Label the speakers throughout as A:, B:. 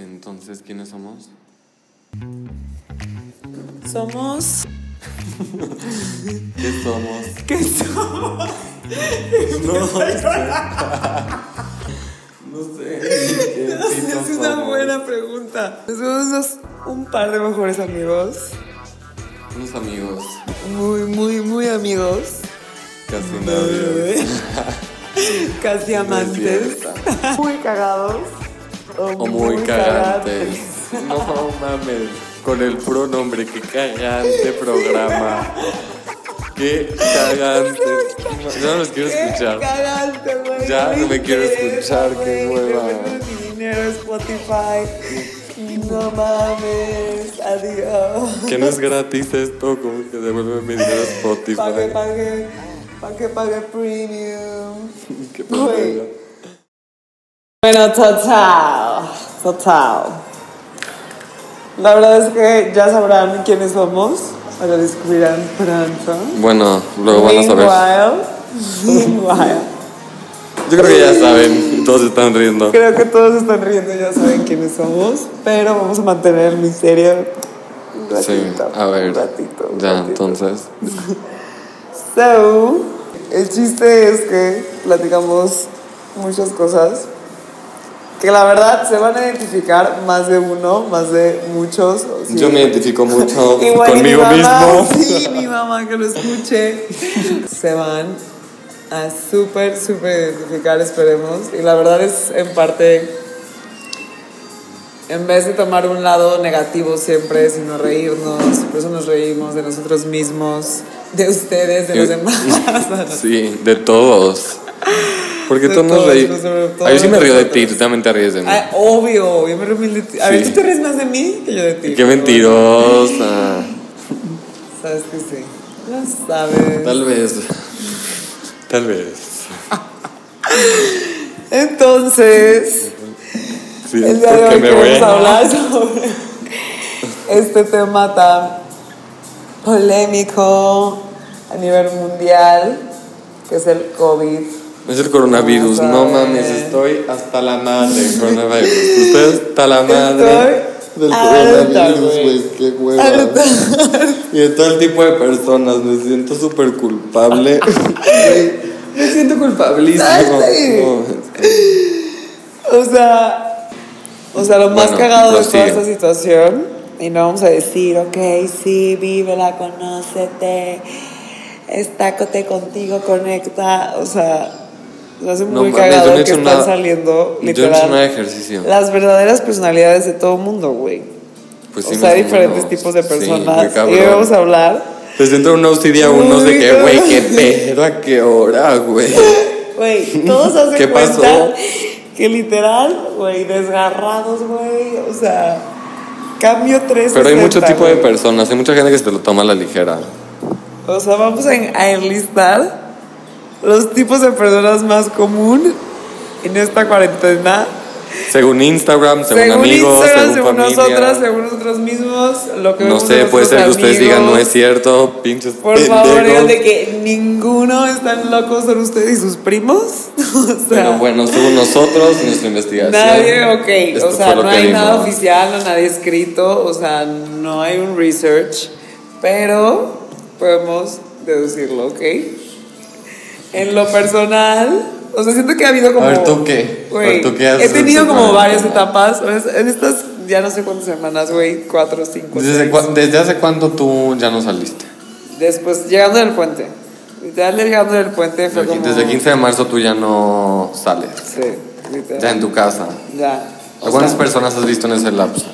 A: Entonces, ¿quiénes somos?
B: Somos.
A: ¿Qué somos?
B: ¿Qué somos?
A: No sé. No sé. ¿Qué pito
B: es una
A: somos?
B: buena pregunta. Somos unos- un par de mejores amigos.
A: Unos amigos.
B: Muy, muy, muy amigos.
A: Casi nadie.
B: Casi amantes. Muy cagados.
A: O muy cagantes. No mames. Con el pronombre, qué cagante programa. Qué cagante. Ya no los quiero escuchar.
B: Cagante, güey.
A: Ya no me quiero
B: interesa,
A: escuchar, qué
B: güey. Te
A: hueva.
B: meto mi dinero a Spotify. No mames. Adiós.
A: Que no es gratis esto, como que devuelve mi dinero a
B: Pague,
A: Spotify.
B: pague. Pague, pague premium.
A: Qué
B: Güey.
A: pendeja.
B: Bueno, total, total. La verdad es que ya sabrán quiénes somos, ahora descubrirán pronto.
A: Bueno, luego van a saber.
B: Meanwhile, meanwhile,
A: Yo creo que ya saben, todos están riendo.
B: creo que todos están riendo, ya saben quiénes somos, pero vamos a mantener el misterio un
A: Sí,
B: ratito,
A: a ver.
B: un ratito, un
A: Ya,
B: ratito.
A: entonces.
B: So, el chiste es que platicamos muchas cosas que la verdad se van a identificar más de uno, más de muchos. o sí.
A: Yo me identifico mucho
B: Igual y mi
A: conmigo
B: mamá,
A: mismo.
B: Sí, mi mamá que lo escuche. se van a súper, súper identificar, esperemos. Y la verdad es, en parte, en vez de tomar un lado negativo siempre, sino reírnos, por eso nos reímos de nosotros mismos, de ustedes, de los
A: Eh,
B: demás.
A: Sí, de todos. Porque
B: De
A: tú nos
B: todos,
A: reí.
B: pues, sobre todo
A: Ah, yo sí me
B: de
A: río de
B: nosotros.
A: ti, tú también te ríes de mí.
B: Ay, obvio, yo me río mil de ti. A ver,
A: Sí.
B: tú te ríes más de mí que yo de ti.
A: Qué
B: pero
A: mentirosa.
B: bueno, Sabes que sí. Lo sabes.
A: Tal vez. Tal vez.
B: Entonces.
A: Sí,
B: El día de
A: porque
B: hoy
A: me voy.
B: queremos hablar sobre este tema tan polémico a nivel mundial, que es el COVID.
A: Es el coronavirus.
B: Vamos a
A: No
B: ver.
A: mames, estoy hasta la madre del coronavirus. Usted está la madre
B: Estoy
A: del
B: harta,
A: coronavirus,
B: güey.
A: güey. Qué hueva.
B: Harta.
A: Y de todo el tipo de personas. Me siento súper culpable. Güey, me siento culpabilísimo.
B: Ay, sí.
A: No,
B: O sea, o sea, lo más
A: Bueno,
B: cagado de toda
A: prosigue.
B: esta situación, y no vamos a decir, ok, sí, vívela, conócete, estácote contigo, conecta, o sea, lo hace
A: No
B: muy
A: mames,
B: cagado
A: yo no he
B: que
A: hecho
B: están
A: nada-
B: saliendo,
A: yo no he hecho
B: literal,
A: nada de ejercicio.
B: las verdaderas personalidades de todo mundo, güey.
A: Pues
B: o
A: sí,
B: sea,
A: más o
B: diferentes
A: menos.
B: tipos de
A: Sí, muy
B: personas. y hoy
A: cabrón.
B: vamos a hablar,
A: Pues entra un OCD a unos de que,
B: Uy,
A: güey,
B: no.
A: qué pedo, a qué hora, güey.
B: güey, todos hacen
A: ¿Qué
B: cuenta
A: pasó?
B: que literal, güey, desgarrados, güey, o sea, cambio tres.
A: Pero hay mucho tipo de personas, hay mucha gente que se lo toma a la ligera.
B: O sea, vamos a, a enlistar los tipos de personas más común en esta cuarentena.
A: Según Instagram, según, amigos,
B: Instagram,
A: según,
B: según
A: familia.
B: nosotras, según nosotros mismos, lo que
A: no
B: vemos de
A: sé, puede
B: nuestros
A: ser que ustedes digan, no
B: amigos.
A: es cierto, pinches
B: Por favor,
A: pendejos".
B: digan de que ninguno están locos, son ustedes y sus primos. O sea,
A: Pero bueno, según nosotros, nuestra investigación.
B: nadie, ok.
A: esto
B: o sea,
A: fue lo
B: no
A: que
B: hay
A: vimos.
B: nada oficial, no nadie escrito, o sea, no hay un research, pero podemos deducirlo, ok. En lo personal, o sea, siento que ha habido como.
A: A ver, ¿tú qué? A ver,
B: Güey,
A: ¿tú qué haces
B: He tenido
A: en tu
B: como varias
A: cuarentena?
B: etapas. o sea, En estas, ya no sé cuántas semanas, güey, cuatro, cinco.
A: ¿Desde,
B: seis.
A: cua- desde hace cuándo tú ya no saliste?
B: Después, llegando del puente. Literal, llegando del puente fue como...
A: Desde el 15 de marzo tú ya no sales,
B: Sí,
A: ya
B: literal.
A: en tu casa.
B: Ya.
A: ¿A cuántas personas has visto en ese lapso?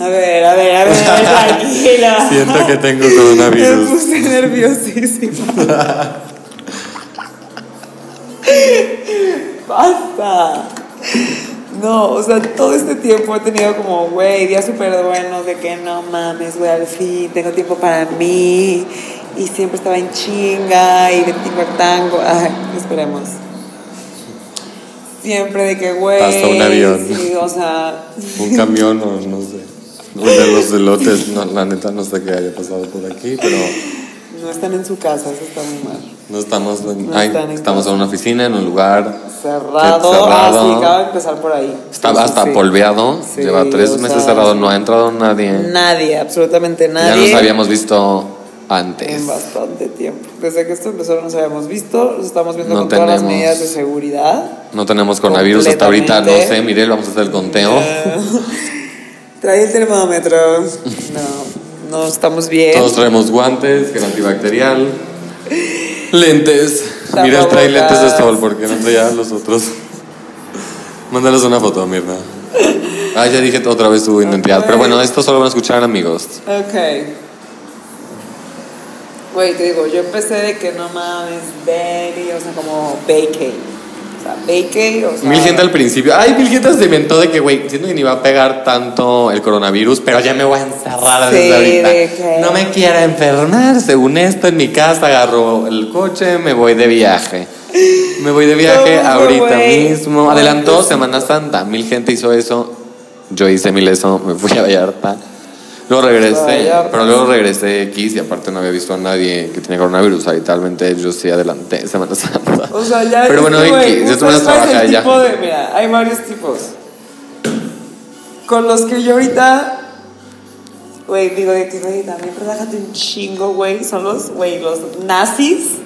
B: A ver, a ver, a ver, tranquila.
A: Siento que tengo
B: Me
A: coronavirus.
B: puse nerviosísima. Basta. No, o sea, todo este tiempo he tenido como, güey, días súper buenos de que no mames, güey, al fin tengo tiempo para mí. Y siempre estaba en chinga y de tingo a tango. Ay, esperemos. Siempre de que, güey.
A: Pasó un avión.
B: sí, o sea,
A: Un camión o no sé. Uno de los elotes, no, la neta no sé qué haya pasado por aquí, pero
B: No están en su casa, eso está muy mal.
A: No estamos, en-
B: No
A: ay,
B: están en
A: estamos
B: casa.
A: en una oficina, en un lugar.
B: Cerrado.
A: Cerrado.
B: Ah, sí, acaba de empezar por ahí.
A: Está
B: Sí, sí,
A: hasta
B: sí.
A: polveado.
B: Sí,
A: Lleva
B: o
A: tres meses
B: sea, Mm.
A: cerrado, no ha entrado nadie.
B: Nadie, absolutamente
A: Ya
B: nadie.
A: nos habíamos visto antes.
B: En bastante tiempo. Desde que esto empezó no nos habíamos visto, nos estamos viendo
A: No
B: con todas las
A: tenemos.
B: medidas de seguridad.
A: No tenemos coronavirus hasta ahorita, no
B: Completamente.
A: sé, Mirel, vamos a hacer el conteo.
B: Eh, Trae el termómetro. No, no estamos bien.
A: Todos traemos guantes, gel antibacterial, lentes.
B: Tapabocas.
A: Mirel trae lentes de sol porque no traía los otros. Mándanos una foto, Mirna. Ah, ya dije otra vez tu identidad. Pero bueno, esto solo van a escuchar amigos.
B: Ok. Güey, te digo, yo empecé de que no mames, baby, o sea, como bakey. O sea, bakey, o sea.
A: Mil gente al principio. Ay, Mil gente se inventó de que, güey, siento que ni va a pegar tanto el coronavirus, pero ya me voy a encerrar
B: Sí,
A: desde ahorita.
B: de que-
A: No me quiero enfermar. Según esto, en mi casa agarro el coche, me voy de viaje. Me voy de viaje
B: Todo,
A: ahorita
B: güey. pues
A: mismo. Adelantó Semana Santa. Mil gente hizo eso. Yo hice mil eso. Me fui a Vallarta. Luego regresé,
B: Pues Vallarta.
A: pero luego regresé X y aparte no había visto a nadie que tenía coronavirus. Habitualmente yo sí adelanté Semana Santa.
B: O sea, ya.
A: Pero bueno,
B: güey,
A: X, ya tú me las
B: ¿sabes cuál es el
A: trabajas ya.
B: tipo de- mira, hay varios tipos. Con los que yo ahorita. Güey, digo de que, güey, también relájate un chingo, güey. Son los, güey, los nazis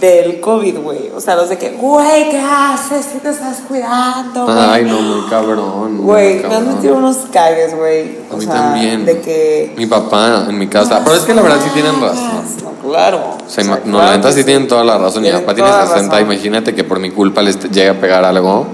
B: del COVID, güey. O sea, los de que, güey, ¿qué haces? ¿Qué te estás cuidando, güey?
A: Ay, no, muy cabrón. muy
B: Güey, me han
A: cabrón.
B: metido unos cagues, güey.
A: A
B: O
A: mí
B: sea,
A: también.
B: De que.
A: Mi papá en mi casa. Pero es que la verdad sí tienen razón.
B: No, claro.
A: O sea,
B: O sea,
A: ima- no,
B: Ah, claro
A: la neta
B: que
A: sí tienen toda la razón. Mi
B: Tienen
A: papá tiene
B: toda la
A: 60.
B: razón.
A: Imagínate que por mi culpa les te- llegue a pegar algo.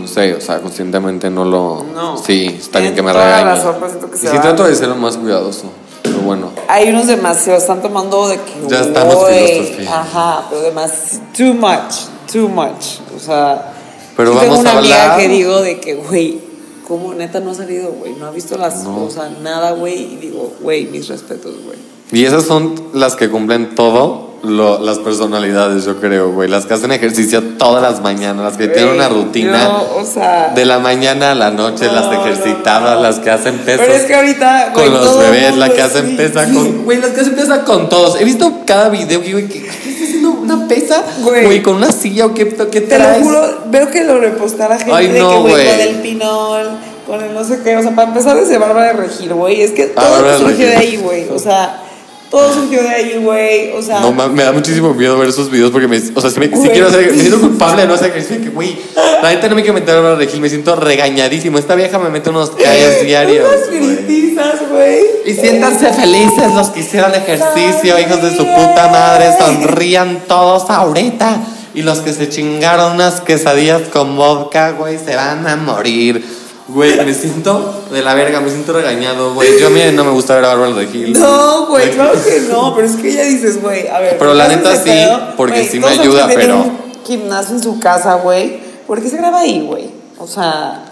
A: No sé, o sea, conscientemente no lo.
B: No.
A: Sí, está bien
B: Tienen
A: que me
B: toda la
A: regañe.
B: razón, pero siento que
A: Y
B: se
A: sí
B: va.
A: trato de ser lo más cuidadoso. Pero bueno.
B: Hay unos demasiado, están tomando de que.
A: Ya estamos
B: güey,
A: filósofos, sí.
B: Ajá, pero demasiado. Too much, too much. O sea.
A: Pero
B: yo
A: vamos
B: tengo una
A: a
B: amiga
A: hablar.
B: que digo de que, güey, ¿cómo neta no ha salido, güey? No ha visto las cosas, nada, güey. Y digo, güey, mis respetos, güey.
A: Y esas son las que cumplen todo. lo- las personalidades, yo creo, güey. Las que hacen ejercicio todas las mañanas, las que tienen
B: Güey,
A: una rutina.
B: yo, o sea.
A: De la mañana a la noche,
B: No,
A: las ejercitadas,
B: no, no.
A: las que hacen pesas.
B: Pero es que ahorita, güey,
A: Con los
B: todo el
A: bebés, la
B: mundo
A: que hacen
B: sí,
A: pesa
B: sí.
A: con. Güey, las que hacen pesa con todos. He visto cada video que, güey, que que está haciendo una pesa.
B: Güey.
A: Güey, con una silla o qué, qué
B: Te
A: traes.
B: lo juro, veo que lo repostara gente
A: Ay,
B: de
A: no,
B: que, güey, con
A: güey.
B: el pinol, con el no sé qué. O sea, para empezar desde Bárbara de Regir, güey. Es que
A: Ah,
B: todo
A: Bárbara de
B: surgió de
A: Regil.
B: ahí, güey. O sea, todo surgió de ahí, güey. O sea,
A: No, ma- me da muchísimo miedo ver esos videos porque me, o sea, si, me, si
B: Güey.
A: quiero hacer, me siento culpable de no hacer ejercicio, que güey, la gente no me quiere meter a la regil, me siento regañadísimo. Esta vieja me mete unos callos diarios.
B: unas
A: güey.
B: gritizas, güey.
A: Y siéntanse felices los que hicieron ejercicio, hijos de su puta madre, sonrían todos ahorita. Y los que se chingaron unas quesadillas con vodka, güey, se van a morir. Güey, me siento de la verga, me siento regañado, güey. Yo, miren, no me gusta ver a Bárbara de Gil.
B: Eh, No, güey, claro que no, pero es que ya dices, güey, a ver.
A: Pero la
B: ¿qué
A: neta
B: haces de
A: sí,
B: pedo?
A: porque
B: Güey,
A: sí me
B: todos
A: ayuda,
B: aquí tienen
A: pero-
B: un gimnasio en su casa, güey. ¿Por qué se graba ahí, güey? O sea,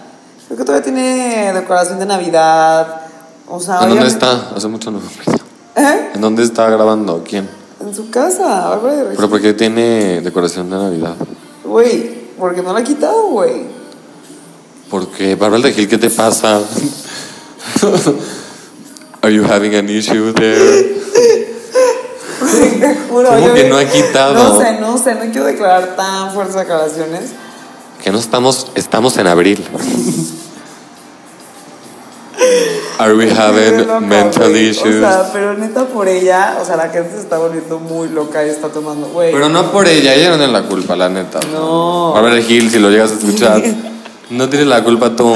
B: creo que todavía tiene decoración de Navidad. O sea,
A: ¿En dónde
B: obviamente-
A: está? Hace mucho no me acuerdo.
B: ¿Eh?
A: ¿En dónde está grabando? ¿Quién?
B: En su casa, Bárbara de Regil.
A: ¿Pero por qué tiene decoración de Navidad?
B: Güey, porque no la ha quitado, güey.
A: ¿Por qué? Bárbara de Gil, ¿qué te pasa? Are you having an issue there?
B: Te juro.
A: ¿Cómo
B: yo
A: que
B: vi-
A: no ha quitado?
B: No sé, no sé, no quiero declarar tan fuertes declaraciones.
A: Que no estamos, estamos en abril. Are we
B: Estoy
A: having
B: loca,
A: mental
B: güey.
A: issues?
B: O sea, pero neta por ella, o sea, la gente se está volviendo muy loca y está tomando, güey.
A: Pero no por ella, ella no tiene la culpa, la neta.
B: No.
A: Barbara Hill, si lo llegas a escuchar, no tienes la culpa tú.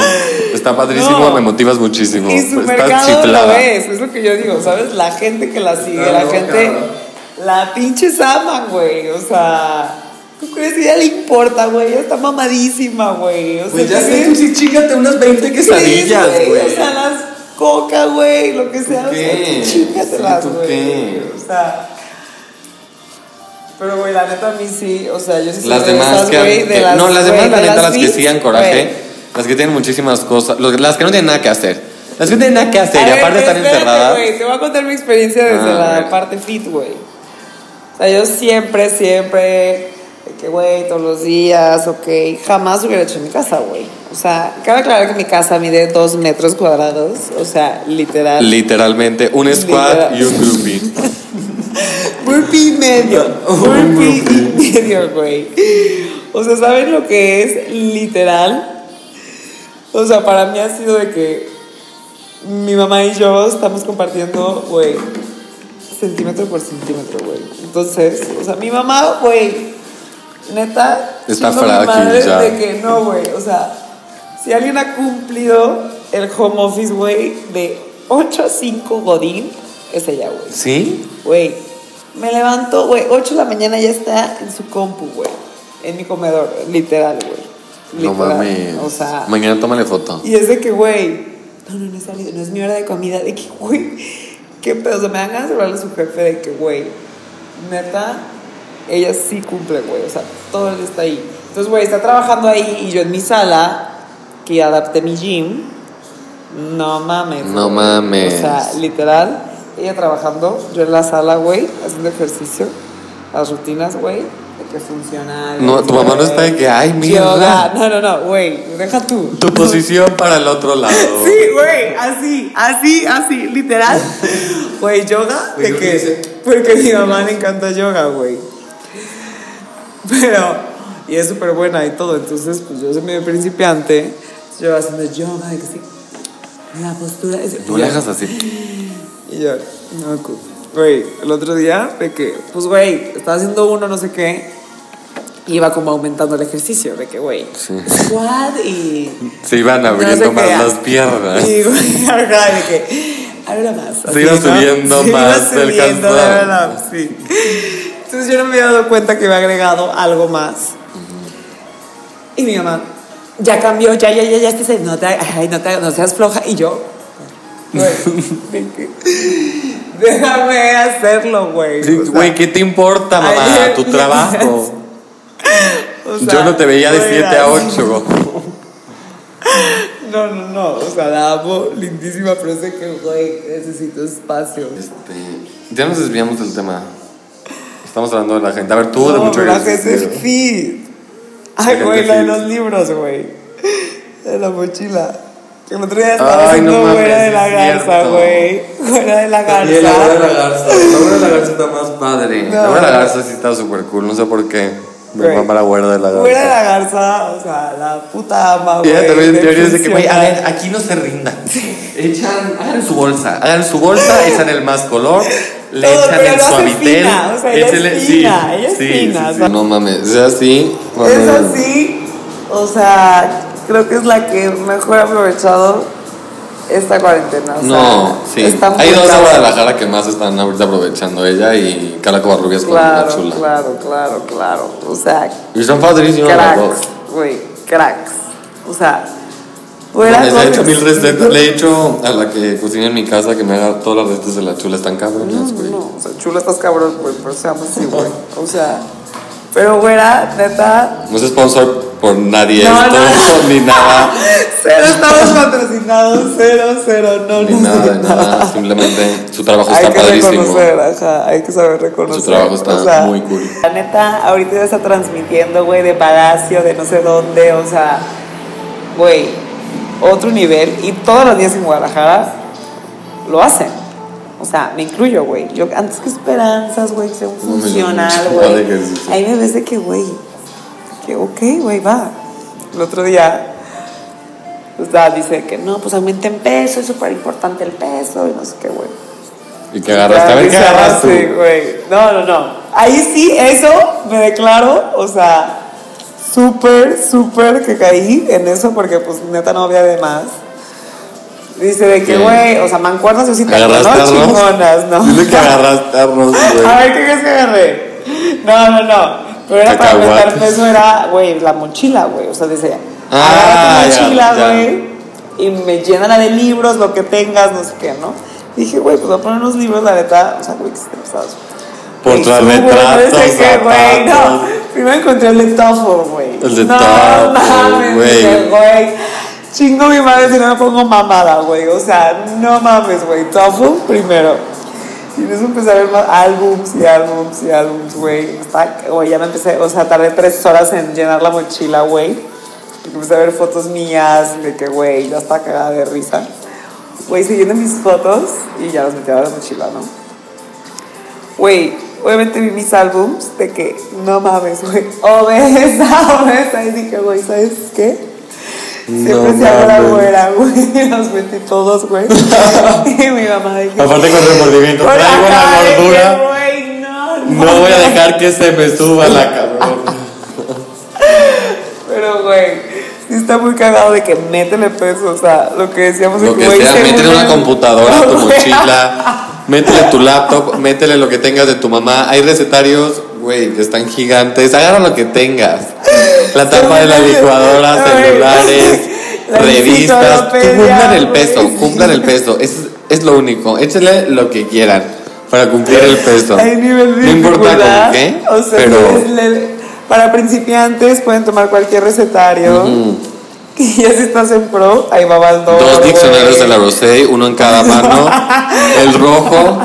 A: Está padrísimo,
B: No.
A: me motivas muchísimo.
B: y su
A: Estás
B: mercado lo
A: pues, chiflada.
B: es, es lo que yo digo, ¿sabes? La gente que la sigue,
A: Está
B: la
A: loca.
B: gente, la pinche ama, güey, o sea, ¿tú crees que a ella le importa, güey? Ella está mamadísima, güey, o sea,
A: Pues ya
B: ¿tú
A: sé,
B: crees?
A: tú sí chingate unas 20
B: ¿Qué crees,
A: quesadillas,
B: O
A: güey.
B: sea, las coca, güey, lo que sea, o sea,
A: qué?
B: chíngatelas,
A: ¿Tú
B: güey,
A: qué?
B: o sea... Pero, güey, la neta a mí sí, o sea, yo sí soy
A: Las
B: de
A: demás
B: esas,
A: que,
B: güey, de
A: que-
B: las-
A: No, las
B: güey,
A: demás,
B: de
A: la neta, las que
B: beats,
A: sí dan coraje,
B: güey.
A: las que tienen muchísimas cosas, los- las que no tienen nada que hacer. Las que no tienen nada que hacer y
B: A ver,
A: aparte
B: pero
A: están
B: espérate,
A: encerradas.
B: güey, te voy a contar mi experiencia desde
A: Ah,
B: la
A: a ver.
B: parte fit, güey. O sea, yo siempre, siempre, de que, güey, todos los días, ok. Jamás hubiera hecho en mi casa, güey. O sea, cabe aclarar que mi casa mide dos metros cuadrados. O sea, literal.
A: Literal. Literalmente, un squat
B: Literal.
A: y un groupie.
B: burpee y medio. Burpee y medio, güey. O sea, ¿saben lo que es literal? O sea, para mí ha sido de que mi mamá y yo estamos compartiendo, güey, centímetro por centímetro, güey. Entonces, o sea, mi mamá, güey, neta,
A: Está
B: chingo mi
A: frágil
B: madre
A: ya.
B: de que no, güey. O sea, si alguien ha cumplido el home office, güey, de 8 a 5 Godín, es ella, güey.
A: ¿Sí?
B: Güey, me levanto, güey, 8 de la mañana ya está en su compu, güey. En mi comedor, literal, güey.
A: No
B: Literal,
A: mames.
B: O sea.
A: Mañana tómale foto.
B: Y es de que, güey, no, no, no he salido, no es mi hora de comida, de que, güey, qué pedo, o sea, me dan ganas de hablarle a su jefe de que, güey, neta, ella sí cumple, güey, o sea, todo él está ahí. Entonces, güey, está trabajando ahí y yo en mi sala, que adapté mi gym, no mames.
A: No
B: güey.
A: mames.
B: O sea, literal, ella trabajando, yo en la sala, güey, haciendo ejercicio, las rutinas, güey, de que funciona.
A: No, tu mamá no está de que, ay, mira.
B: No, no, no, güey, deja tú.
A: Tu posición para el otro lado.
B: Sí, güey, así, así, así, literal. Güey, yoga,
A: Güey,
B: de
A: yo
B: que-
A: hice-
B: porque a mi mamá le encanta yoga, güey. Pero, y es súper buena y todo, entonces, pues yo soy medio principiante, yo haciendo yoga, de que sí, la postura. es-
A: No le hagas así.
B: y yo, no, cu- güey, el otro día, de que, pues, güey, estaba haciendo uno, no sé qué, iba como aumentando el ejercicio, de que, güey, squat y...
A: Se iban abriendo
B: No sé qué.
A: más las piernas.
B: Y güey, ajá, de que ahora más. así,
A: iba
B: ¿no?
A: subiendo
B: Se iba
A: más del
B: subiendo, la
A: calzado.
B: verdad, sí. Entonces yo no me había dado cuenta que había agregado algo más. Y mi mamá, ya cambió, ya, ya, ya, ya, este se- no, te, ay, no, te- no seas floja. Y yo, güey, de que, déjame hacerlo, güey.
A: Sí,
B: o sea,
A: Güey, ¿qué te importa, mamá?
B: ayer-
A: tu trabajo.
B: o
A: Yo
B: sea,
A: no te veía de
B: fuera.
A: 7 a 8.
B: No, no, no, o sea, la amo, lindísima, pero sé que, güey, necesito espacio.
A: Este, ya nos desviamos del tema. Estamos hablando de la gente. A ver, tú, de
B: No,
A: mucho
B: pero la
A: ejercicio.
B: gente es fit. Ay,
A: gente
B: güey, la de
A: fit.
B: los libros, güey. De la mochila. Que el otro día estaba
A: Ay,
B: haciendo
A: no mames,
B: fuera de la
A: es
B: garza,
A: cierto.
B: güey. Fuera de la garza.
A: Y la hora de la garza. La hora de la garza está más padre.
B: No.
A: La hora de la garza sí está súper cool. No sé por qué. Mi
B: Güey.
A: mamá la huerta de la garza.
B: Fuera de la garza, o sea, la puta ama,
A: Y
B: güey.
A: ella también en teoría dice que, güey, a
B: funciona.
A: ver, aquí no se rindan. Echan, hagan su bolsa. Hagan su bolsa, echan el más color, le
B: Todo,
A: echan
B: pero
A: el
B: lo hace
A: suavitel.
B: fina, o sea, ella es
A: échenle-
B: fina, ella es fina, o sea.
A: No mames, es así. no
B: Es
A: mames.
B: así, o sea, creo que es la que mejor ha aprovechado esta cuarentena. o sea,
A: No, sí.
B: está muy
A: Hay dos de
B: cabrón.
A: Guadalajara que más están ahorita aprovechando ella y Cala Covarrubias con la
B: Claro,
A: chula.
B: claro, claro, claro. O sea,
A: Y son padrísimos las dos.
B: cracks, güey, cracks. O sea, fuera
A: Les he hecho
B: cosas.
A: mil recetas. Le he hecho a la que cocina en mi casa que me haga todas las recetas de la chula. Están cabronas, güey.
B: No, o sea, chula estás cabrón, güey, pero seamos así, güey. O sea, pero güera, neta,
A: No es sponsor por nadie
B: No,
A: esto,
B: no,
A: ni nada.
B: cero estamos patrocinados, cero, cero, no,
A: Ni
B: no
A: nada,
B: sé
A: ni nada. Simplemente su trabajo
B: Hay
A: está
B: que
A: padrísimo.
B: reconocer, ajá, hay que saber reconocer.
A: Su trabajo está
B: o sea,
A: muy cool.
B: La neta, ahorita ya está transmitiendo, güey, de palacio, de no sé dónde, o sea, güey, otro nivel. Y todos los días en Guadalajara lo hacen. O sea, me incluyo, güey. Yo antes que esperanzas, güey, sea un
A: No me lo
B: funcional,
A: digas,
B: güey.
A: vale que sí, sí.
B: Ahí me ves de que, güey, que ok, güey, va. El otro día o sea, dice que no, pues aumenten peso, es súper importante el peso y no sé qué, güey.
A: Y que agarraste, a ver qué
B: Ya,
A: agarras tú.
B: sí, güey. No, no, no. Ahí sí, eso me declaro, o sea, súper, súper que caí en eso porque pues neta no había de más. Dice de que,
A: Sí.
B: güey, o sea, mancuernas yo sí tengo, ¿no?
A: ¿Agarraste arroz?
B: Chingonas, ¿no?
A: Dile que agarraste arroz,
B: A
A: güey.
B: ver, ¿qué crees que agarré? No, no, no. Pero era para
A: Cacahuates.
B: aumentar peso, era, güey, la mochila, güey. O sea, decía,
A: Ah,
B: agarra tu
A: ya,
B: mochila,
A: ya.
B: güey. Y me llena la de libros, lo que tengas, no sé qué, ¿no? Dije, güey, pues voy a poner unos libros, la neta. O sea, güey, que se te pesados.
A: Por
B: Y
A: tus
B: subo,
A: retratos,
B: No sé qué, güey,
A: zapatos.
B: no. Primero encontré el de Toffol, güey.
A: El de
B: no,
A: Toffol,
B: mames,
A: güey.
B: dije, güey. Chingo mi madre si no me pongo mamada, güey. O sea, no mames, güey. Tofu primero. Y en eso empecé a ver más álbums y álbums y álbums, güey. Está- Güey, ya me empecé, o sea, tardé tres horas en llenar la mochila, güey. Porque Empecé a ver fotos mías de que, güey, ya está cagada de risa. Güey, siguiendo mis fotos y ya las metí a la mochila, ¿no? Güey, obviamente vi mis álbums de que no mames, güey, obesa, obesa. Y dije, güey, ¿sabes qué? Siempre
A: No
B: se hago la
A: mames.
B: güera, güey. y Los metí todos, güey. y mi mamá dijo.
A: Aparte con remordimiento,
B: "Por
A: traigo una
B: acá", dije,
A: gordura.
B: Güey, no, no.
A: No voy a dejar que se me suba la cabrón.
B: Pero, güey, sí está muy cagado de que métele peso. O sea, lo que decíamos
A: Lo
B: de
A: que
B: güey,
A: sea,
B: según
A: métele una
B: el-
A: computadora a tu
B: Güey.
A: mochila, métele tu laptop, métele lo que tengas de tu mamá. Hay recetarios, güey, están gigantes. Agarra lo que tengas. La tapa de la licuadora,
B: Ay,
A: celulares,
B: la
A: revistas.
B: enciclopedia,
A: Cumplan el
B: güey.
A: peso, cumplan el peso. Es, es lo único. Échale lo que quieran para cumplir el peso.
B: Hay nivel de
A: No importa
B: dificultad,
A: con qué,
B: O sea,
A: pero
B: es leve. para principiantes pueden tomar cualquier recetario. Y ya si estás en pro, ahí va Baldo.
A: Mm, dos
B: güey.
A: diccionarios de la Rosé, uno en cada mano, el rojo.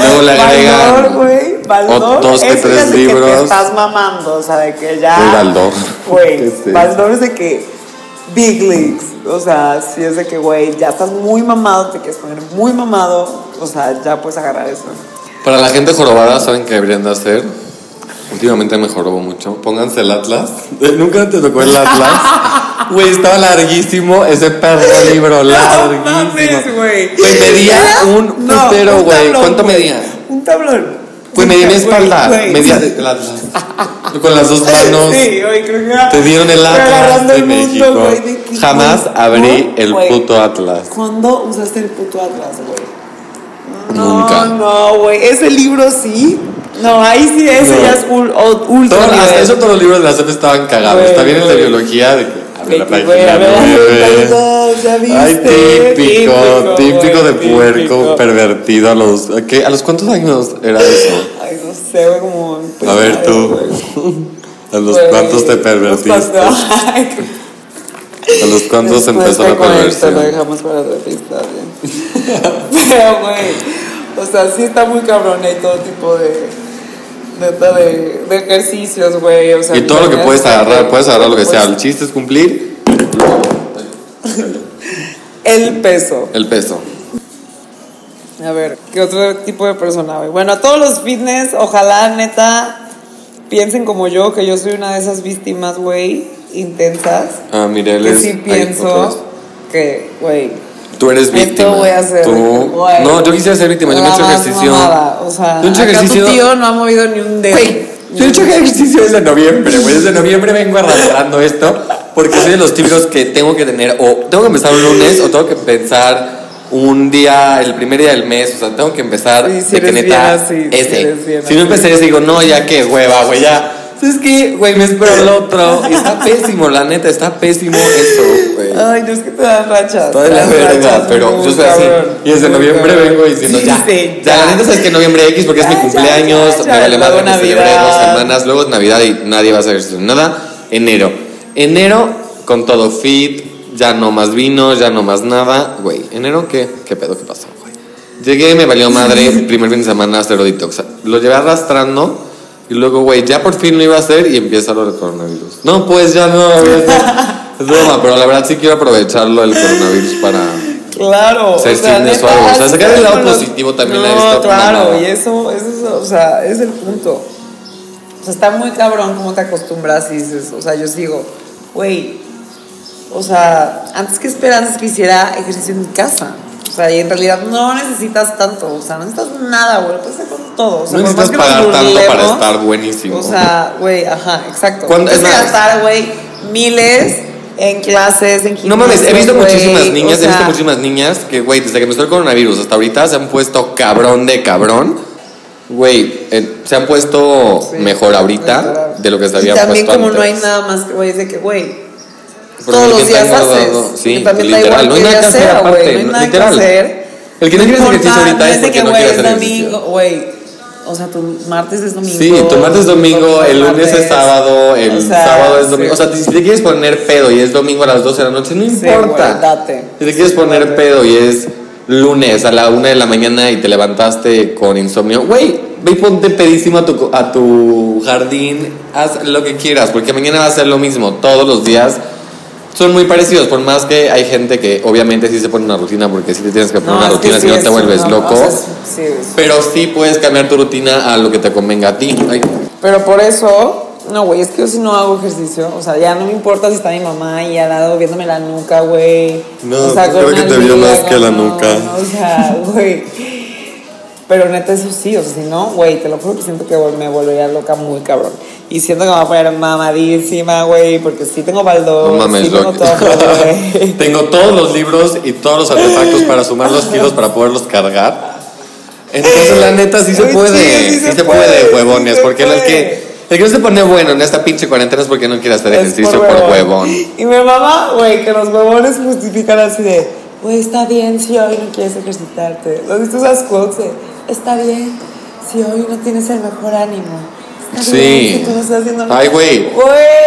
A: Luego le agregan
B: Valor, güey. Valor.
A: o dos que
B: Eso ya
A: tres
B: es de que
A: libros.
B: te estás mamando, o sea, de que ya.
A: Güey, Baldor.
B: Ah,
A: este.
B: Güey,
A: ¿Qué es eso?
B: Baldor es de que. Big Leagues. O sea, sí es de que, güey, ya estás muy mamado, te quieres poner muy mamado. O sea, ya puedes agarrar eso.
A: Para la gente jorobada, ¿saben qué deberían de hacer? Últimamente me jorobo mucho. Pónganse el Atlas.
B: Eh,
A: Nunca te tocó el Atlas. Güey, estaba larguísimo ese perro libro, larguísimo.
B: mames, güey.
A: Pues medía un
B: No,
A: putero,
B: un
A: güey.
B: tablón,
A: ¿Cuánto
B: güey.
A: medía?
B: Un tablón.
A: Pues medía mi espalda.
B: Güey,
A: Medía el Atlas. Con las dos manos.
B: Sí, güey, creo que era-
A: Te dieron el
B: Pero
A: Atlas
B: agarrando
A: de
B: el mundo,
A: México.
B: güey, de que-
A: Jamás
B: güey,
A: abrí
B: ¿no?
A: el
B: Güey,
A: puto Atlas.
B: ¿Cuándo usaste el puto Atlas, güey?
A: Nunca.
B: No, no, güey. Ese libro sí. No, ahí sí, ese
A: No.
B: ya es ul- o- ultra.
A: Todo- hasta
B: nivel.
A: eso todos los libros de la SEP estaban cagados.
B: Güey,
A: Está bien en la
B: güey.
A: biología de que.
B: De
A: Abre
B: que,
A: la página
B: güey, a ver,
A: nueve.
B: tantos, ya viste.
A: Ay, típico, típico, de
B: güey,
A: puerco
B: típico.
A: pervertido a los. ¿a, qué? ¿A los cuántos años era eso?
B: Ay, no sé, güey, como.
A: A ver tú. ¿A los
B: Pues Güey, Pues,
A: cuántos te
B: los
A: pervertiste?
B: cuantos- Ay,
A: ¿A los cuántos empezó
B: pues, te
A: la
B: cuento, Lo
A: perversión?
B: dejamos para otra pista, bien. Pero, güey, o sea, sí está muy cabrón hay todo tipo de, neta, de, de ejercicios, güey. O sea,
A: Y todo lo que
B: ya
A: puedes
B: está,
A: agarrar,
B: güey,
A: puedes agarrar lo que sea.
B: pues,
A: El chiste es cumplir
B: El peso.
A: el peso.
B: A ver, ¿qué otro tipo de persona, güey? Bueno, a todos los fitness, ojalá, neta, piensen como yo, que yo soy una de esas víctimas, güey, intensas.
A: Ah, mira, él
B: Que
A: es.
B: sí
A: ay, otra vez.
B: pienso que, güey,
A: Tú eres
B: Esto
A: víctima.
B: voy a hacer.
A: Tú-
B: Güey.
A: No, yo quisiera ser víctima. Yo no he
B: La
A: hecho
B: más
A: ejercicio.
B: mamada, O sea,
A: Yo he hecho
B: acá
A: ejercicio-
B: tu tío no ha movido ni un dedo.
A: Güey, yo he hecho ejercicio desde noviembre, güey. Desde noviembre vengo arrastrando esto porque soy de los típicos que tengo que tener, o tengo que empezar un lunes, o tengo que pensar un día, el primer día del mes. O sea, tengo que empezar
B: Sí, si
A: de que
B: eres
A: neta
B: bien así, si
A: ese.
B: eres bien
A: si no
B: así.
A: empecé ese, digo, no, ya que hueva, güey, ya. ¿Sabes qué? Güey, me espero el otro. Y está pésimo, la neta, está pésimo eso, güey.
B: Ay, no es que te dan rachas.
A: Toda
B: te
A: la
B: dan
A: verga,
B: Ah, rachas
A: pero
B: muy
A: yo soy así.
B: cabrón,
A: Y desde
B: muy
A: noviembre
B: cabrón.
A: vengo diciendo
B: Sí,
A: ya.
B: sí,
A: ya, la neta es que noviembre X porque es mi
B: Ya, ya,
A: cumpleaños,
B: ya, ya.
A: me vale
B: Luego
A: madre que
B: Navidad.
A: celebré dos semanas, luego es Navidad y nadie va a hacer ejercicio, nada. Enero. Enero con todo fit, ya no más vino, ya no más nada. Güey, ¿enero qué? ¿Qué pedo? ¿Qué pasó, güey? Llegué, me valió madre, primer fin de semana cero detox. Lo llevé arrastrando y luego, güey, ya por fin lo iba a hacer y empieza lo del coronavirus. No, pues ya no, a ver, es broma, pero la verdad sí quiero aprovecharlo del coronavirus para...
B: Claro.
A: Ser fitness o algo, o sea,
B: neta,
A: sacar el lado
B: no lo-
A: positivo también
B: no,
A: a esta
B: claro,
A: mamada.
B: y eso, eso, es, o sea, es el punto. O sea, está muy cabrón cómo te acostumbras y dices, o sea, yo sigo, güey, o sea, antes que esperanzas que hiciera ejercicio en mi casa. O sea, y en realidad no necesitas tanto, o sea, no necesitas nada, güey, lo puedes hacer con todo. O sea,
A: No
B: por
A: necesitas
B: más que nos
A: pagar tanto para
B: burlemos,
A: estar buenísimo.
B: O sea, güey, ajá, exacto.
A: ¿Cuándo-
B: Puedes
A: es más-
B: gastar, güey, miles en clases, en
A: No mames, he visto
B: gimnasios, güey,
A: muchísimas niñas,
B: o
A: he visto
B: sea,
A: muchísimas niñas que, güey, desde que empezó el coronavirus hasta ahorita se han puesto cabrón de cabrón. Güey, eh, se han puesto
B: Sí,
A: mejor ahorita
B: mejor.
A: de lo que se
B: Y
A: había
B: también
A: puesto
B: como
A: antes.
B: no hay nada más que, güey, es de que, güey,
A: Porque
B: todos los
A: el que está
B: días haces.
A: engordado- Sí,
B: Porque también da
A: literal,
B: igual
A: no hay
B: qué
A: nada
B: día
A: que hacer
B: sea, güey,
A: aparte,
B: no hay nada que
A: literal.
B: hacer.
A: El que no quiere hacer
B: importa,
A: ejercicio ahorita
B: no
A: es
B: de
A: porque
B: que,
A: no
B: güey,
A: quiere
B: es
A: hacer ejercicio.
B: domingo, güey, o sea, tu martes es domingo.
A: Sí, tu martes es domingo, el lunes es sábado, el
B: O sea,
A: sábado es
B: sí.
A: domingo. O sea, si te quieres poner pedo y es domingo a las 12 de la noche, no
B: Sí, güey,
A: importa.
B: date.
A: si te quieres poner pedo y es lunes a la 1 de la mañana y te levantaste con insomnio, güey, ve y ponte pedísimo a tu, co- a tu jardín, haz lo que quieras, porque mañana va a ser lo mismo todos los días. son muy parecidos, por más que hay gente que obviamente sí se pone una rutina, porque sí te tienes que poner una
B: es que
A: rutina,
B: sí
A: si no
B: es
A: te vuelves
B: una-
A: loco.
B: o sea, sí, es-
A: Pero sí puedes cambiar tu rutina a lo que te convenga a ti. Ay,
B: Pero por eso, no, güey, es que yo si no hago ejercicio, o sea, ya no me importa si está mi mamá ahí al lado viéndome la nuca, güey.
A: No,
B: o sea,
A: pues
B: con
A: creo que
B: una
A: te vio
B: liga,
A: más que la
B: no,
A: nuca.
B: no, o sea, güey. Pero neta, eso sí, o sea, si no, güey, te lo juro que siento que vol- me volvería loca muy cabrón. Y siento que me voy a poner mamadísima, güey, porque sí tengo
A: No
B: baldón,
A: mames,
B: sí tengo
A: lo-
B: todo, güey.
A: Tengo todos los libros y todos los artefactos para sumar los kilos para poderlos cargar. Entonces, la neta, sí se
B: Ay,
A: puede.
B: sí,
A: Sí, se puede, huevones.
B: sí se
A: porque el
B: puede.
A: que. El que no se pone bueno en esta pinche cuarentena es porque no quiere hacer
B: Es
A: ejercicio por huevón.
B: Y mi mamá, güey, que los huevones justifican así de, güey, está bien si hoy no quieres ejercitarte. ¿Lo has visto esas quotes? de, Está bien si hoy no tienes el mejor ánimo. Está bien
A: Sí.
B: si tú no estás haciendo nada".
A: Ay, güey.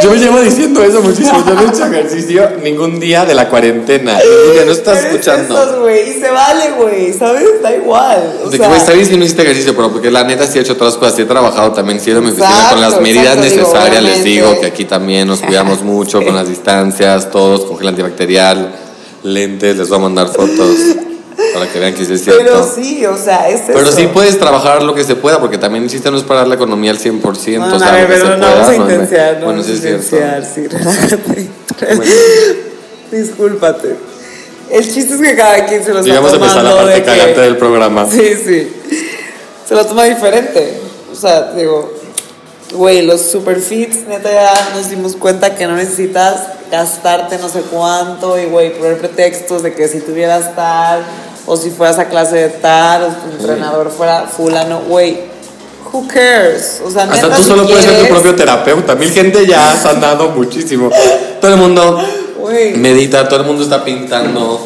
A: Yo me llevo diciendo eso muchísimo. Yo no he hecho ejercicio ningún día de la cuarentena. Ningún día, no estás
B: eres
A: escuchando.
B: esos, güey, y se vale, güey, ¿sabes? Da igual. O
A: De que,
B: sea,
A: güey, está bien si no hiciste ejercicio, pero porque la neta sí he hecho otras cosas, sí he trabajado también, sí he ido a mi oficina
B: Exacto,
A: con las medidas
B: exacto, digo,
A: necesarias, les
B: obviamente.
A: digo que aquí también nos cuidamos mucho con las distancias, todos con gel antibacterial, lentes, les voy a mandar fotos para que vean que sí es cierto.
B: pero sí, o sea, es
A: Pero
B: eso.
A: sí puedes trabajar lo que se pueda, porque también hiciste no es parar la economía al 100%.
B: No,
A: o
B: no,
A: sea,
B: a ver,
A: lo que se
B: pero no
A: pueda,
B: vamos a
A: no es-
B: intensiar, no
A: Bueno,
B: vamos a
A: sí es cierto.
B: intensiar, sí, relájate.
A: Bueno.
B: Discúlpate. El chiste es que cada quien se los
A: Digamos
B: está
A: empezar
B: tomando
A: la parte
B: de que-
A: cagante del programa.
B: Sí, sí. Se lo toma diferente. O sea, digo, güey, los super fits, neta, ya nos dimos cuenta que no necesitas gastarte no sé cuánto y, güey, poner pretextos de que si tuvieras tal o si fueras a clase de tal o si tu entrenador fuera fulano, güey, who cares? O sea, neta,
A: Hasta tú
B: si
A: solo puedes ser tu
B: quieres,
A: propio terapeuta. Mil gente ya ha sanado muchísimo. Todo el mundo
B: Güey.
A: medita, todo el mundo está pintando,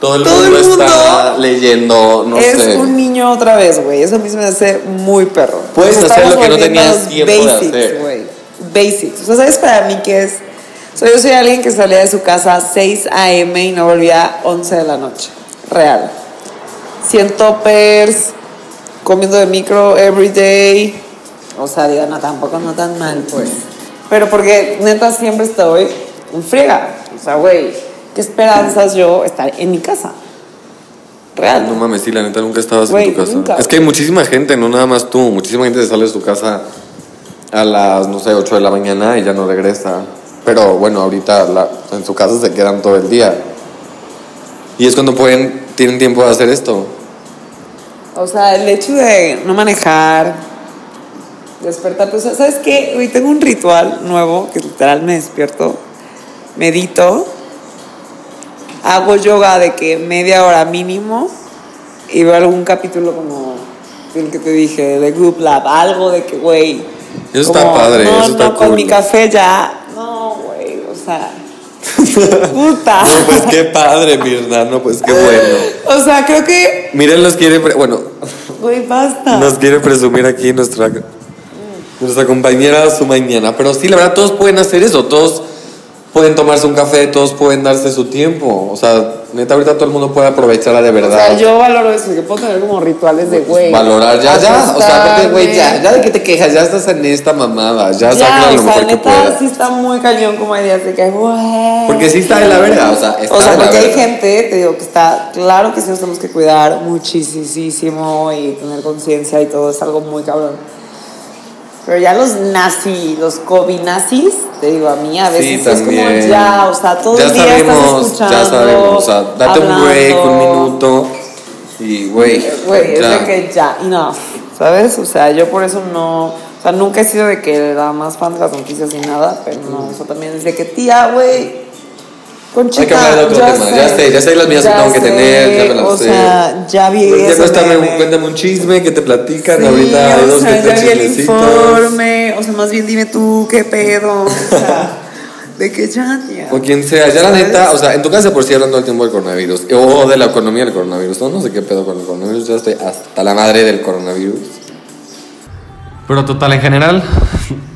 A: todo el,
B: Todo el
A: mundo, está
B: mundo
A: leyendo, no
B: es
A: sé.
B: un niño otra vez, güey. Eso a mí se me hace muy perro.
A: Puedes
B: Nos
A: hacer lo
B: estamos
A: que no
B: volviendo
A: tenías
B: a los
A: tiempo de
B: basics,
A: hacer.
B: güey. Basics. O sea, ¿sabes para mí qué es? O sea, yo soy alguien que salía de su casa a 6 a.m. y no volvía a 11 de la noche. Real. 100 toppers, comiendo de micro every day. O sea, digo, no, tampoco no tan mal, pues. Pero porque neta siempre estoy en friega. O sea, güey, ¿qué esperanzas yo estar en mi casa? Real.
A: No mames, sí, la neta nunca estabas en
B: Güey,
A: tu casa.
B: nunca.
A: Es que hay muchísima gente, no nada más tú. Muchísima gente se sale de su casa a las, no sé, 8 de la mañana y ya no regresa. Pero bueno, ahorita la- en su casa se quedan todo el día. Y es cuando pueden, tienen tiempo de hacer esto.
B: O sea, el hecho de no manejar, despertarte. O sea, ¿sabes qué? Hoy tengo un ritual nuevo que literal me despierto, medito, hago yoga de que media hora mínimo y veo algún capítulo como el que te dije, de Group Lab, algo de que, güey.
A: Eso está
B: como,
A: padre,
B: No,
A: eso está
B: no, con
A: cool".
B: mi café ya. No, güey, o sea. puta.
A: No, pues qué padre, Mirna, no, pues qué bueno.
B: O sea, creo que.
A: Miren, los quiere, pre- bueno,
B: Güey, basta.
A: nos quiere presumir aquí nuestra, nuestra compañera su mañana. Pero sí, la verdad, todos pueden hacer eso, todos pueden tomarse un café, todos pueden darse su tiempo. O sea, neta, ahorita todo el mundo puede aprovecharla de
B: O sea,
A: verdad.
B: yo valoro eso, que puedo tener como rituales de güey.
A: Valorar ya, ya, o sea, aparte, güey, ya,
B: acostarme.
A: ya de que te quejas, ya estás en esta mamada, ya,
B: Ya,
A: saca lo
B: o sea,
A: mejor que
B: neta,
A: puedas.
B: sí está muy cañón como hay días de que, güey.
A: Porque sí está de la verga, o sea, está
B: O sea,
A: de la
B: porque hay
A: verga.
B: gente, te digo, que está, claro que sí nos tenemos que cuidar muchísimo y tener conciencia y todo, es algo muy cabrón. Pero ya los nazi, los COVID-nazis, te digo, a mí a
A: Sí,
B: veces es como
A: también.
B: ya, o sea, todo
A: ya
B: el día
A: sabemos,
B: estás escuchando.
A: Ya sabemos, o sea, date un break, un
B: hablando.
A: minuto y, güey,
B: Güey, es
A: ya.
B: de que ya, enough, ¿sabes? O sea, yo por eso no, o sea, nunca he sido de que la más fan de las noticias ni nada, pero no, o sea, también es de que tía, güey, Conchita,
A: Hay que hablar de otro tema, ya sé, ya sé las medidas que
B: ya
A: tengo que tener, ya me las
B: o
A: sé.
B: sea, ya vi
A: Pues
B: ese
A: ya cuéntame,
B: meme.
A: cuéntame un chisme que te platican
B: Sí,
A: ahorita, hay
B: o
A: dos que
B: sea,
A: te
B: ya vi el
A: chismecitos.
B: informe, o sea, más bien dime tú qué pedo, o sea, de que ya, tía.
A: O quien sea, ya la
B: ¿Sabes?
A: neta, o sea, en tu casa por sí hablando del tiempo del coronavirus, o de la economía del coronavirus, no, no sé qué pedo con el coronavirus, ya estoy hasta la madre del coronavirus. Pero total, en general,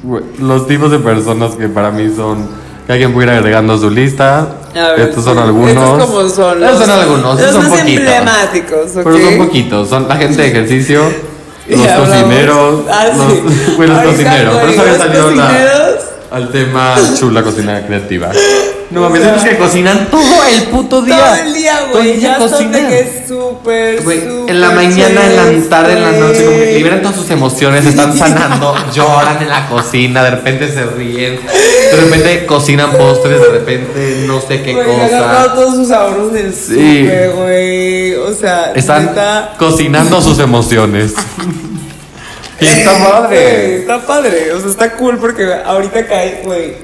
A: güey, los tipos de personas que para mí son, que alguien pudiera ir agregando a su lista,
B: A ver,
A: estos son
B: sí,
A: algunos.
B: Estos como son
A: Estos son algunos,
B: los
A: estos son
B: más
A: poquitos.
B: emblemáticos, ¿ok?
A: Pero son poquitos, son la gente de ejercicio,
B: Y
A: los
B: hablamos-
A: cocineros,
B: Ah, sí.
A: los, güey, los
B: Ahorita,
A: cocineros. Por
B: güey,
A: eso había
B: los
A: salido la,
B: cocineros.
A: al tema chula cocina creativa. No mames, es que cocinan todo el puto día.
B: Todo el día,
A: Todo el
B: güey. Ya son de
A: cocinan.
B: que es súper,
C: Güey,
B: súper
C: en la mañana, en la
B: chévere,
C: tarde, en la noche, como que
B: güey.
C: liberan todas sus emociones, están sanando, lloran en la cocina, de repente se ríen, de repente cocinan postres, de repente no sé qué
B: Güey, agarrado
C: cosa.
B: todos sus ahorros del
C: Sí.
B: súper, güey. O sea,
C: Están
B: neta,
C: cocinando sus emociones. y está
B: güey,
C: madre.
B: está padre. O sea, está cool porque ahorita cae, güey,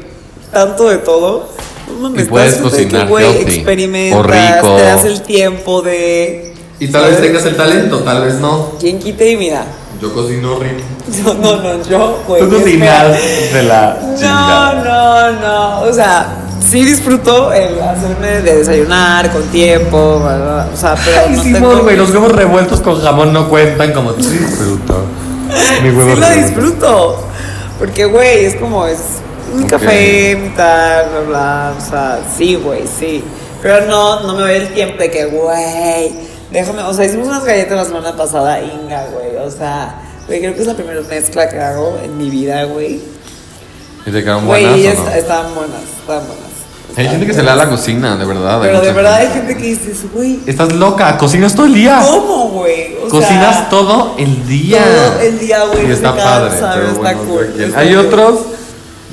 B: tanto de todo. No mames,
C: Y
B: está
C: puedes
B: súper
C: cocinar
B: cool, güey.
C: healthy,
B: Experimentas,
C: o rico.
B: te das el tiempo de.
C: Y tal vez tengas el talento, tal vez no.
B: ¿Quién quite y mira?
C: Yo cocino rico.
B: No, no, no, yo, güey.
C: Tú
B: espera.
C: cocinas de la
B: No,
C: chingada.
B: no, no. O sea, sí disfruto el hacerme de desayunar con tiempo, bla, bla, bla. o sea, pero
C: Ay,
B: no
C: Simón,
B: tengo-
C: güey, los huevos revueltos con jamón no cuentan como tú disfruto. Mi huevo
B: sí lo
C: revuelto.
B: disfruto. Porque, güey, es como es mi
C: Ok.
B: café, mi tal, bla, bla. O sea, sí, güey, sí. Pero no, no me ve el tiempo de que, güey, déjame. O sea, hicimos unas galletas la semana pasada, Inga, güey. O sea, güey, creo que es la primera mezcla que hago en mi vida, güey.
A: ¿Y te quedan buenas
B: Güey, ellas
A: o no?
B: estaban buenas, estaban buenas.
A: Hay gente que se le da la cocina, de verdad. hay
B: Pero de
A: mucha
B: verdad hay
A: gente.
B: gente que dices, güey,
C: Estás loca, cocinas todo el día.
B: ¿cómo, güey? O
C: Cocinas
B: sea,
C: todo el día.
B: todo el día, güey.
A: Y
B: no
A: está
B: te
A: padre.
B: cansas,
A: pero
B: está
A: bueno,
B: cool.
A: cada quien.
B: está
A: Hay
B: cool.
A: otros,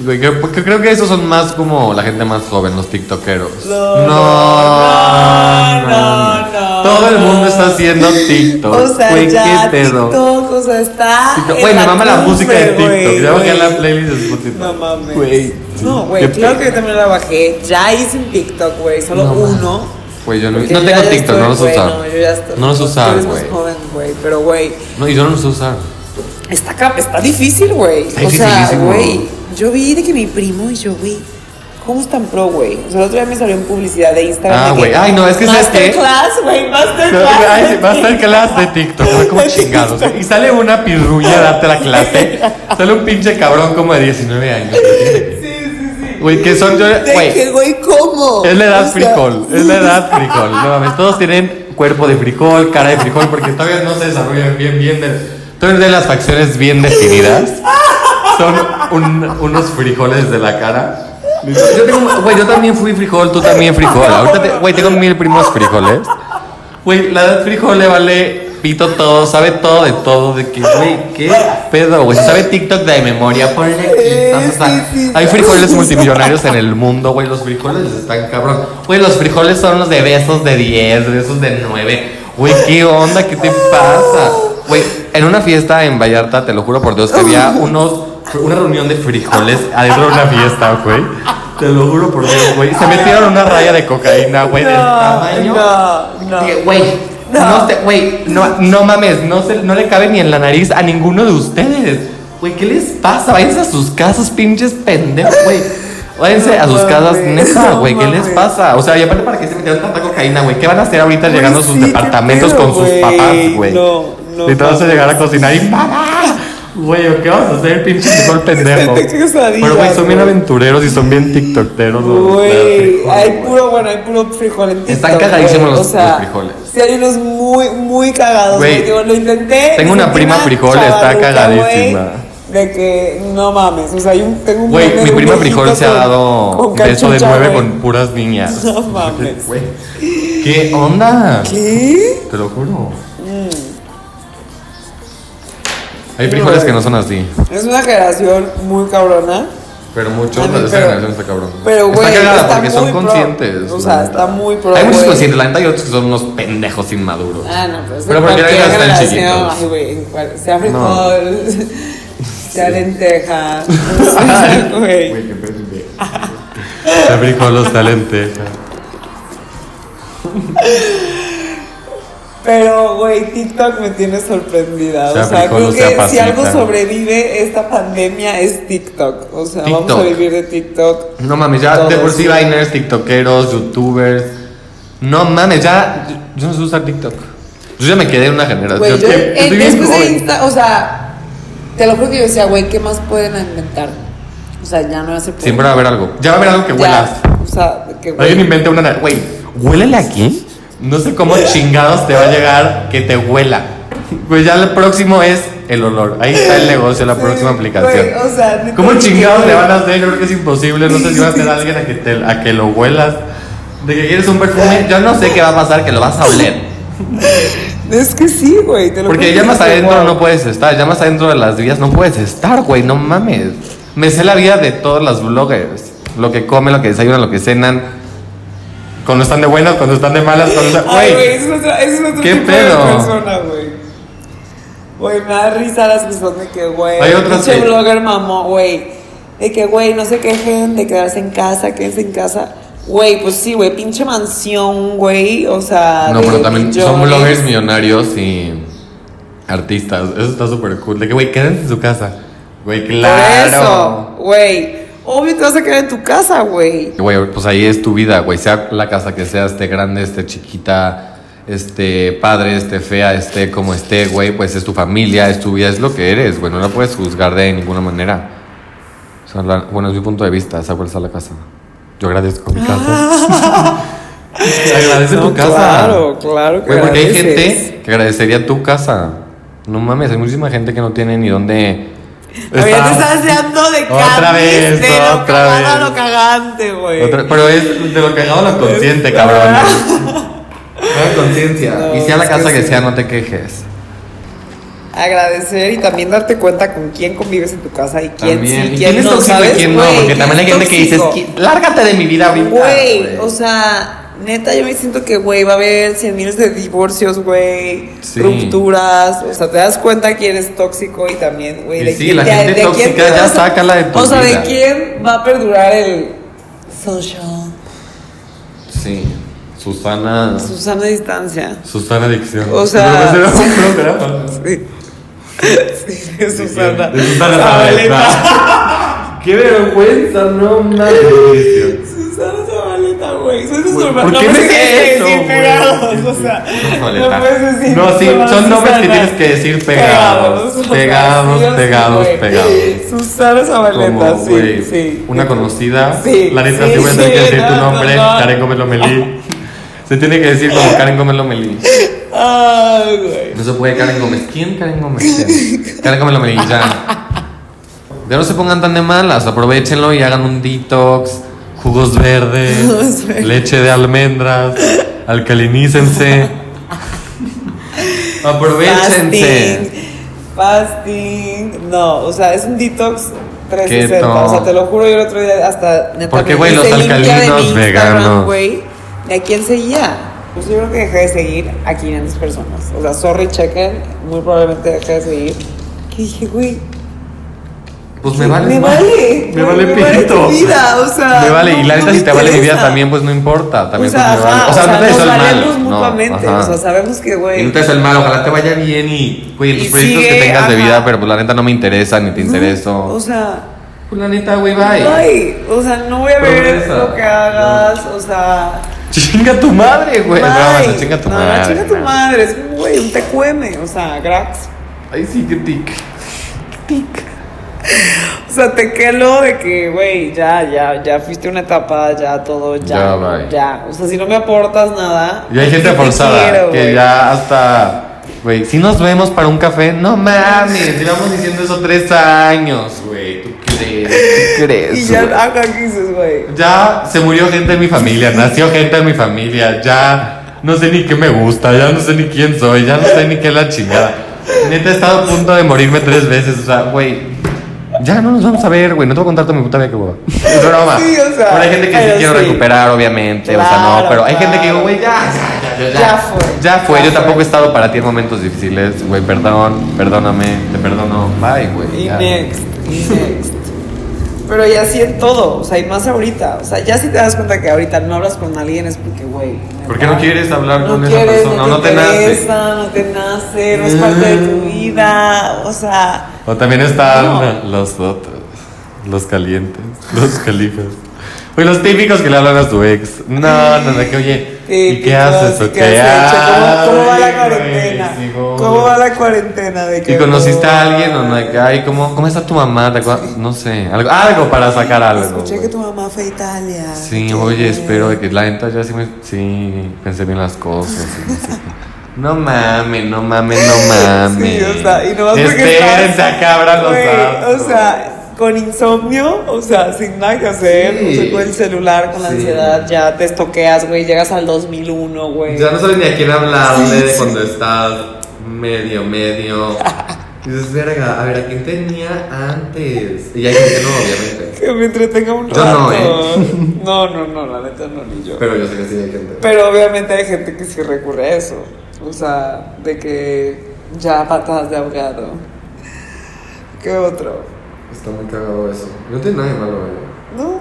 A: güey, que, que creo que esos son más como la gente más joven, los tiktokeros.
B: No, no, no, no,
C: Todo el
B: no.
C: mundo está haciendo TikTok.
B: O sea,
C: Güey,
B: ya
C: qué pedo.
B: TikTok, o sea, está
C: TikTok.
B: en
C: Güey, me mama la
B: cumbre,
C: música de
B: güey,
C: TikTok. Ya bajé
B: güey.
C: la playlist de Spotify.
B: No mames.
C: Güey.
B: No,
C: Qué
B: güey, claro
C: pedo.
B: que yo también la bajé. Ya hice un TikTok, güey, solo
C: No mames.
B: uno.
A: Güey, yo no,
B: Porque
A: no
B: yo
A: tengo
B: ya
A: TikTok,
B: estoy,
A: no los
B: güey,
A: usar.
B: No, yo ya estoy-
C: No los
B: tú
C: usar,
B: eres más
C: güey.
B: joven, güey, pero, güey,
A: No, y yo no los usar.
B: Está, cap- está difícil, güey.
A: Está
B: O sea,
A: dificilísimo.
B: güey, yo vi de que mi primo y yo, güey, ¿cómo es tan pro, güey? O sea, el otro día me salió en publicidad de Instagram.
C: Ah,
B: de
C: güey. Ay, no, es que ¿sabes qué?
B: Masterclass, güey,
C: No,
B: masterclass.
C: ay,
B: de
C: va a estar clase de TikTok, va como
B: De
C: chingados.
B: TikTok.
C: Y sale una pirruña a darte la clase. Sale un pinche cabrón como de 19 años.
B: Sí, sí, sí.
C: Güey, que son yo.
B: De que,
C: Güey,
B: güey, ¿cómo?
C: es la
B: O
C: edad
B: sea,
C: frijol. Es la edad frijol. No mames, todos tienen cuerpo de frijol, cara de frijol, porque todavía no se desarrollan bien, bien. del- Todavía no tienen las facciones bien definidas. Son un- unos frijoles de la cara. Yo tengo, güey, yo también fui frijol, tú también frijol. Ahorita, te- güey, tengo mil primos frijoles. Güey, la edad frijol le vale pito todo, sabe todo de todo, de que, güey, qué pedo, güey, se sabe TikTok de memoria, ponle aquí, ta, ta, ta.
B: Sí, sí, sí.
C: Hay frijoles multimillonarios en el mundo, güey, los frijoles están cabrón. Güey, los frijoles son los de besos de 10, besos de 9. Güey, qué onda, qué te pasa. Güey, en una fiesta en Vallarta, te lo juro por Dios, que había unos, una reunión de frijoles adentro de una fiesta, güey. Te lo juro por Dios, güey. Se metieron una raya de cocaína, güey, del tamaño.
B: No, no, no.
C: Que, Güey,
B: No.
C: no, se- güey, no, no mames, no, se, no le cabe ni en la nariz a ninguno de ustedes. Güey, ¿qué les pasa? Váyanse a sus casas, pinches pendejos, güey. Váyanse
B: No
C: a sus casas,
B: mames,
C: neta,
B: no
C: güey, ¿qué les
B: mames.
C: pasa? O sea, y aparte, ¿para qué se metieron tanta cocaína, güey? ¿Qué van a hacer ahorita
B: Güey,
C: llegando a sus
B: sí, qué
C: departamentos
B: pedo,
C: con sus
B: güey.
C: papás, güey?
B: No, no
C: Y te vas a
B: mames.
C: llegar a cocinar y mamá. Güey, ¿o ¿qué vas a hacer, pinche frijol
B: Este
C: pendejo?
B: Qué pesadilla,
C: Pero, güey, son bien
B: güey.
C: aventureros y son bien tiktokeros. los-
B: Güey,
C: los-
B: hay puro, bueno, hay puro frijol en TikTok.
C: Están cagadísimos
B: güey.
C: los-
B: O sea,
C: los frijoles.
B: Sí, hay unos muy, muy cagados.
C: Güey,
B: Güey, digo, lo intenté.
C: tengo una
B: intenté
C: prima frijol, está
B: chavaluca,
C: cagadísima.
B: güey, De que no mames, o sea, yo tengo un
C: Güey,
B: meme
C: mi
B: de un
C: prima frijol
B: viejito
C: se ha
B: con-
C: dado
B: con
C: beso de
B: cachucha,
C: nueve
B: güey.
C: con puras niñas.
B: No mames.
C: Güey, ¿Qué onda?
B: ¿Qué? Mm.
C: Te lo juro. Hay frijoles que no son así,
B: Es una generación muy cabrona.
A: Pero muchos
B: A mí,
A: de esa
B: pero-
A: generación está cabrón.
B: Pero, güey,
C: está cagada
B: está
C: porque son
B: muy pro.
C: conscientes.
B: O
C: la
B: sea,
C: neta.
B: está muy pro,
C: Hay muchos
B: güey.
C: conscientes, la neta, y otros que son unos pendejos inmaduros.
B: Ah, no, pero, es
C: Pero
B: de
C: porque
B: cualquier
C: eran tan
B: generación.
C: chiquitos.
B: Ay, güey, en cual- sea frijol, sea lenteja. o sea, güey.
A: Güey, qué pendejo.
C: El frijol los talentes.
B: Pero, güey, TikTok me tiene sorprendida.
C: Sea
B: o sea,
C: frijol
B: creo
C: o
B: que
C: sea
B: si
C: pasita.
B: algo sobrevive esta pandemia es TikTok. O sea, vamos a
C: TikTok.
B: vivir de TikTok.
C: No mames, ya de por sí
B: Todos.
C: vainers, tiktokeros, youtubers. No mames, ya. Yo no sé usar TikTok. Yo ya me quedé en una generación.
B: Güey, yo,
C: que-
B: eh,
C: estoy bien
B: después de
C: joven.
B: Insta, o sea, te lo juro que yo decía, güey, ¿qué más pueden inventar? O sea, ya no va a ser
C: Siempre va a haber algo. Ya va a haber algo que huelas.
B: Ya, O sea, de que
C: Alguien
B: güey.
C: inventa una. nar- Güey, huélele aquí. No sé cómo chingados te va a llegar que te huela. Güey, ya el próximo es el olor. Ahí está el negocio, la próxima aplicación.
B: Güey, o sea, neta,
C: ¿Cómo
B: ni
C: chingados le
B: siquiera-
C: van a hacer? Yo creo que es imposible. No sé si va a hacer alguien a que, te- a que lo huelas. De que quieres un perfume, yo no sé qué va a pasar, que lo vas a oler.
B: Es que sí, güey. te lo
C: Porque
B: juro
C: ya
B: que
C: más
B: es
C: adentro
B: igual.
C: no puedes estar, ya más adentro de las vías no puedes estar, güey, no mames. Me sé la vida de todos los bloggers. Lo que comen, lo que desayunan, lo que cenan. Cuando están de buenas, cuando están de malas, cuando están...
B: Ay, güey,
C: Güey,
B: es otro, es otro
C: ¿qué
B: tipo
C: pedo?
B: de persona, güey. Güey, me da risa las personas de que, güey.
C: Hay otras
B: pinche
C: que-
B: blogger mamó, güey. De que, güey, no se quejen de quedarse en casa, quédense en casa. Güey, pues sí, güey, pinche mansión, güey. O sea.
C: no,
B: de
C: pero también son
B: millones.
C: bloggers millonarios y artistas. Eso está súper cool. De que, güey, quédense en su casa. Güey,
B: Por eso,
C: claro.
B: güey. Obvio te vas a quedar en tu casa, güey.
C: Güey, pues ahí es tu vida, güey. Sea la casa que sea, esté grande, esté chiquita, esté padre, esté fea, esté como esté, güey, pues es tu familia, es tu vida, es lo que eres, güey. No la puedes juzgar de ninguna manera. O sea, la- bueno, es mi punto de vista, esa es la casa. Yo agradezco mi casa. Agradece
B: No,
C: tu casa.
B: Claro, claro que
C: Güey, porque hay
B: agradeces.
C: gente que agradecería tu casa. No mames, hay muchísima gente que no tiene ni dónde.
B: Oye, te
C: estar.
B: estás hablando de
C: Otra vez,
B: de lo
C: otra
B: cagado a
C: vez.
B: lo cagante, güey.
C: Otra- pero es de lo que hago lo consciente, cabrón. Hagan conciencia.
B: No,
C: y sea la
B: es que
C: casa que
B: sí.
C: sea, no te quejes.
B: Agradecer y también darte cuenta con quién convives en tu casa y quién
C: También.
B: sí, quién,
C: ¿Y quién es
B: no,
C: tóxico
B: ¿sabes?
C: y quién no?
B: Güey,
C: Porque también hay
B: ¿quién
C: gente
B: es
C: que dices,
B: tóxico?
C: "Qui- lárgate de mi vida ahorita.
B: Güey, o sea, neta, yo me siento que, güey, va a haber cien miles de divorcios, güey,
C: Sí.
B: rupturas. O sea, te das cuenta quién es tóxico y también, güey,
C: Y
B: de
C: sí,
B: quién-
C: la
B: de-
C: gente
B: de quién
C: tóxica
B: te
C: ya
B: vas a-
C: sácala de tu
B: O sea,
C: vida.
B: de quién va a perdurar el social,
C: Sí. Susana.
B: Susana Distancia.
C: Susana Adicción.
B: O sea-
C: Pero será un programa.
B: Sí. Sí, de Susana.
C: De Susana
B: Zabaleta.
C: Zabaleta. Qué vergüenza, no mames.
B: Susana Zabaleta, güey. Son sus
C: Güey,
B: nombres.
C: ¿por qué
B: no
C: me
B: puedes
C: dices
B: decir
C: eso, güey?
B: pegados, o sea.
C: Zabaleta.
B: No puedes decir
C: No, sí,
B: Susana,
C: son nombres que
B: Susana.
C: tienes que decir pegados.
B: o sea,
C: Pegados,
B: sí o sí,
C: pegados,
B: güey.
C: pegados.
B: Susana Zabaleta,
C: Como,
B: sí,
C: güey,
B: sí.
C: Una conocida.
B: Sí,
C: la neta
B: sí,
C: sí, voy a tener
B: sí,
C: que decir
B: no,
C: tu
B: no,
C: nombre.
B: no.
C: Karen Gómez Lomelí. Se tiene que decir como Karen Gómez Lomelí.
B: Ay, güey.
C: No se puede Karen Gómez. ¿Quién Karen Gómez? Ya. Karen Gómez Lomelí, ya. Ya no se pongan tan de malas. Aprovechenlo y hagan un detox. Jugos verdes. leche de almendras. Alcalinícense. Aprovechense.
B: Fasting. Fasting. No, o sea, es un detox 360.
C: Keto.
B: O sea, te lo juro, yo el otro día hasta neta
C: Porque,
B: me
C: güey, los
B: hice limpia de mi
C: alcalinos
B: Instagram,
C: veganos.
B: güey. ¿Y a quién seguía? Pues yo creo que dejé de seguir a 500 personas. O sea, sorry, chequen. Muy probablemente dejé de seguir. Que dije, güey,
C: Pues me vale.
B: me vale.
C: Me vale
B: Me vale
C: pito.
B: tu vida, o sea.
C: Me vale, y
B: no-
C: la
B: no
C: neta,
B: me
C: si te vale mi vida
B: interesa.
C: también, pues no importa. También
B: o sea,
C: pues me vale.
B: ajá, o sea,
C: no te
B: nos
C: hizo el
B: valemos
C: mal. No,
B: mutuamente.
C: ajá.
B: o sea, sabemos que,
C: Y no
B: güey.
C: te hizo el mal, ojalá te vaya bien y, güey,
B: Y
C: los proyectos que
B: sigue,
C: tengas de
B: ajá.
C: vida, pero pues la neta no me interesa, ni te intereso.
B: O sea.
C: pues la neta, güey,
B: Ay.
C: bye.
B: o sea, no voy a ver
C: Progresa.
B: lo que hagas, o sea.
C: Chinga tu madre, güey. No, o sea,
B: bye.
C: chinga tu
B: No,
C: madre.
B: chinga tu madre, es un güey, un TQM, o sea, grax.
C: Ay, sí, qué tic.
B: O sea, te quelo de que, güey, ya, ya, ya fuiste una etapa, ya todo, ya.
C: Ya, bye.
B: ya. O sea, si no me aportas nada.
C: Y hay gente
B: ¿qué te
C: forzada
B: quiero,
C: que
B: güey?
C: ya hasta. Güey, si nos vemos para un café, no mames, llevamos diciendo eso tres años, güey. ¿Tú crees? ¿Tú crees?
B: Y ya,
C: güey?
B: acá ¿qué dices, güey.
C: Ya se murió gente en mi familia, nació gente en mi familia, ya no sé ni qué me gusta, ya no sé ni quién soy, ya no sé ni qué es la chingada. Neta, he estado a punto de morirme tres veces, o sea, güey. Ya no nos vamos a ver, güey. No te voy a contar toda mi puta vida que hueva. Es broma.
B: Sí, o sea,
C: pero hay gente que sí
B: pero
C: quiero
B: sí.
C: recuperar, obviamente. o sea, no,
B: Claro,
C: pero hay gente que
B: claro.
C: digo, güey, ya, ya, ya, ya.
B: Ya fue.
C: Ya fue.
B: Ya
C: Yo
B: fue.
C: tampoco he estado para ti en momentos difíciles, güey. Perdón, perdóname, te perdono. Bye, güey.
B: Y
C: ya.
B: next, y next. Pero ya sí en todo, o sea, y más ahorita. O sea, ya si te das cuenta que ahorita no hablas con alguien es porque, güey. neta,
C: ¿Por qué no quieres hablar
B: no
C: con esa
B: quieres,
C: persona? No te nace. Mm.
B: interesa, No te nace, no es parte de tu vida. O sea,
C: O también están
B: No.
C: los otros, los calientes, los califas. Oye, los típicos que le hablan a su ex. No, no, no, que oye, ¿y
B: típicos,
C: qué haces?
B: ¿y
C: o
B: qué
C: qué?
B: has hecho? ¿Cómo- ¿Cómo, va
C: Ay,
B: la
C: güey,
B: cuarentena?
C: sí, güey.
B: ¿Cómo va la cuarentena? De que, Ah,
C: ¿Y conociste a alguien o no?
B: güey,
C: De que, Ay, ¿cómo, ¿cómo está tu mamá? ¿Te acuerdas? No sé, algo, algo para sacar algo.
B: Escuché que
C: güey.
B: tu mamá fue a Italia.
C: Sí,
B: Que-
C: oye, espero de que la neta ya sí me... Sí, pensé bien las cosas. y no sé qué. No mames, no mames, no mames.
B: Sí, o sea, y no más porque
C: Espérense
B: estás-
C: a que abran los
B: Güey,
C: apps.
B: O sea, con insomnio, o sea, sin nada que hacer,
C: Sí.
B: o sea, con el celular, con la
C: Sí.
B: ansiedad, ya te estoqueas, güey, llegas al 2001, güey.
C: Ya no sabes ni a quién hablarle de cuando estás medio, medio. Y dices, verga, a ver, ¿a quién tenía antes? Y hay gente que no, obviamente.
B: Que me entretenga un
C: Yo no,
B: rato.
C: ¿eh?
B: no, no, no, la neta no, ni yo.
C: Pero yo sé que sí hay gente.
B: Pero obviamente hay gente que sí recurre a eso. O sea, de que ya patadas de ahogado. ¿Qué otro?
C: Está muy cagado eso. No tiene nada de malo, ¿eh? güey.
B: No.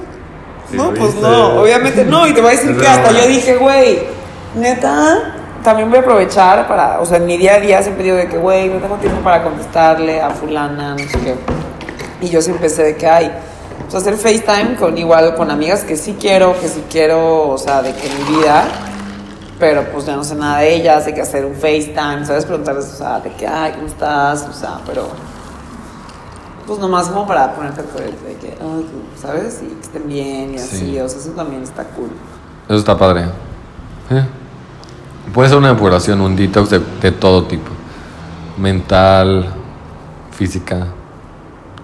C: Sí,
B: no,
C: lo
B: pues
C: hice.
B: no. Obviamente no. Y te voy a decir
C: Es
B: que hasta
C: broma.
B: yo dije, güey, neta, también voy a aprovechar para. O sea, en mi día a día siempre digo de que, güey, no tengo tiempo para contestarle a Fulana, no sé qué. Y yo sí empecé de que, ay. O sea, hacer FaceTime con igual, con amigas que sí quiero, que sí quiero, o sea, de que mi vida pero pues ya no sé nada de ellas, de que hacer un FaceTime, ¿sabes? Preguntarles, o sea, de que, ay, ¿cómo estás? O sea, pero pues nomás como para ponerte al corriente de que, ay, ¿sabes? Y que estén bien y así,
C: Sí.
B: o sea, eso también está cool.
C: Eso está padre. ¿Eh? Puede ser una depuración, un detox de, de todo tipo. Mental, física,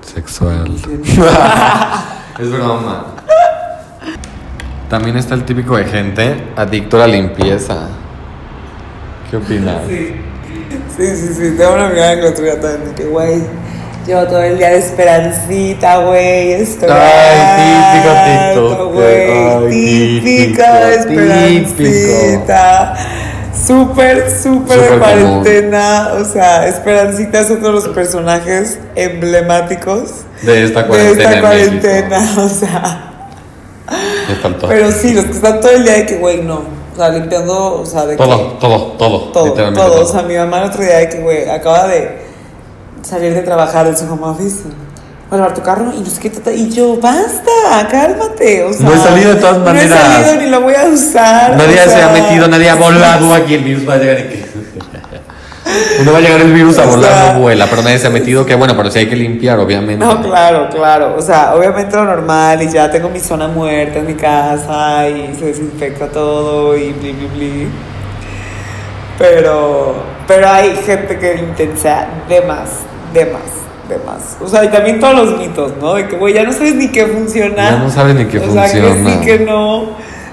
C: sexual. Es broma. También está el típico de gente adicto a la limpieza. ¿Qué opinas?
B: Sí, sí, sí, tengo una amiga que lo tuviera también, de que, güey, llevo todo el día de esperancita, güey, estoy
C: Ay, típico
B: harta,
C: TikTok,
B: güey,
C: ay,
B: típica de
C: típico,
B: esperancita, súper, súper de
C: Súper común.
B: cuarentena, o sea, esperancita es otro de los personajes emblemáticos
C: De esta
B: de
C: cuarentena.
B: esta
C: en México.
B: cuarentena, o sea...
C: Me faltó.
B: Pero sí, los que están todo el día de que, güey, no. O sea, limpiando, o sea, de
C: todo, todo, todo,
B: que. Todo,
C: literalmente
B: todo. O
C: todo.
B: sea, mi mamá el otro día de que, güey, acaba de salir de trabajar en su home office. Va a lavar tu carro y no sé qué. ta, ta. Y yo, basta, cálmate. O sea,
C: No he salido de todas maneras.
B: No he salido ni lo voy a usar.
C: Nadie
B: o
C: se
B: sea,
C: ha metido, nadie ha volado aquí. El virus va a llegar. y que- Uno va a llegar el virus a
B: O
C: volar,
B: sea-
C: no vuela, pero nadie se ha metido. Que bueno, pero sí hay que limpiar, obviamente.
B: No, claro, claro. O sea, obviamente lo normal y ya tengo mi zona muerta en mi casa y se desinfecta todo y bli, bli, bli. Pero, pero hay gente que intensa de más, de más, de más. O sea, y también todos los mitos, ¿no? De que, güey, ya no sabes ni qué funciona.
C: Ya no sabes ni qué
B: O sea, que
C: funciona.
B: sí, que no.